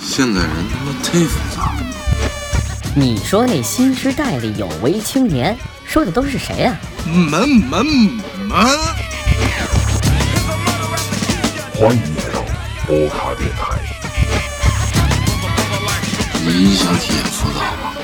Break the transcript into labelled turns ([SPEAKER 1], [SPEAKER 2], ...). [SPEAKER 1] 现在人他妈忒复杂。
[SPEAKER 2] 你说那新时代里有为青年，说的都是谁啊呀、
[SPEAKER 3] 门门门！
[SPEAKER 4] 欢迎来到波卡电台。
[SPEAKER 1] 你想体验复杂吗？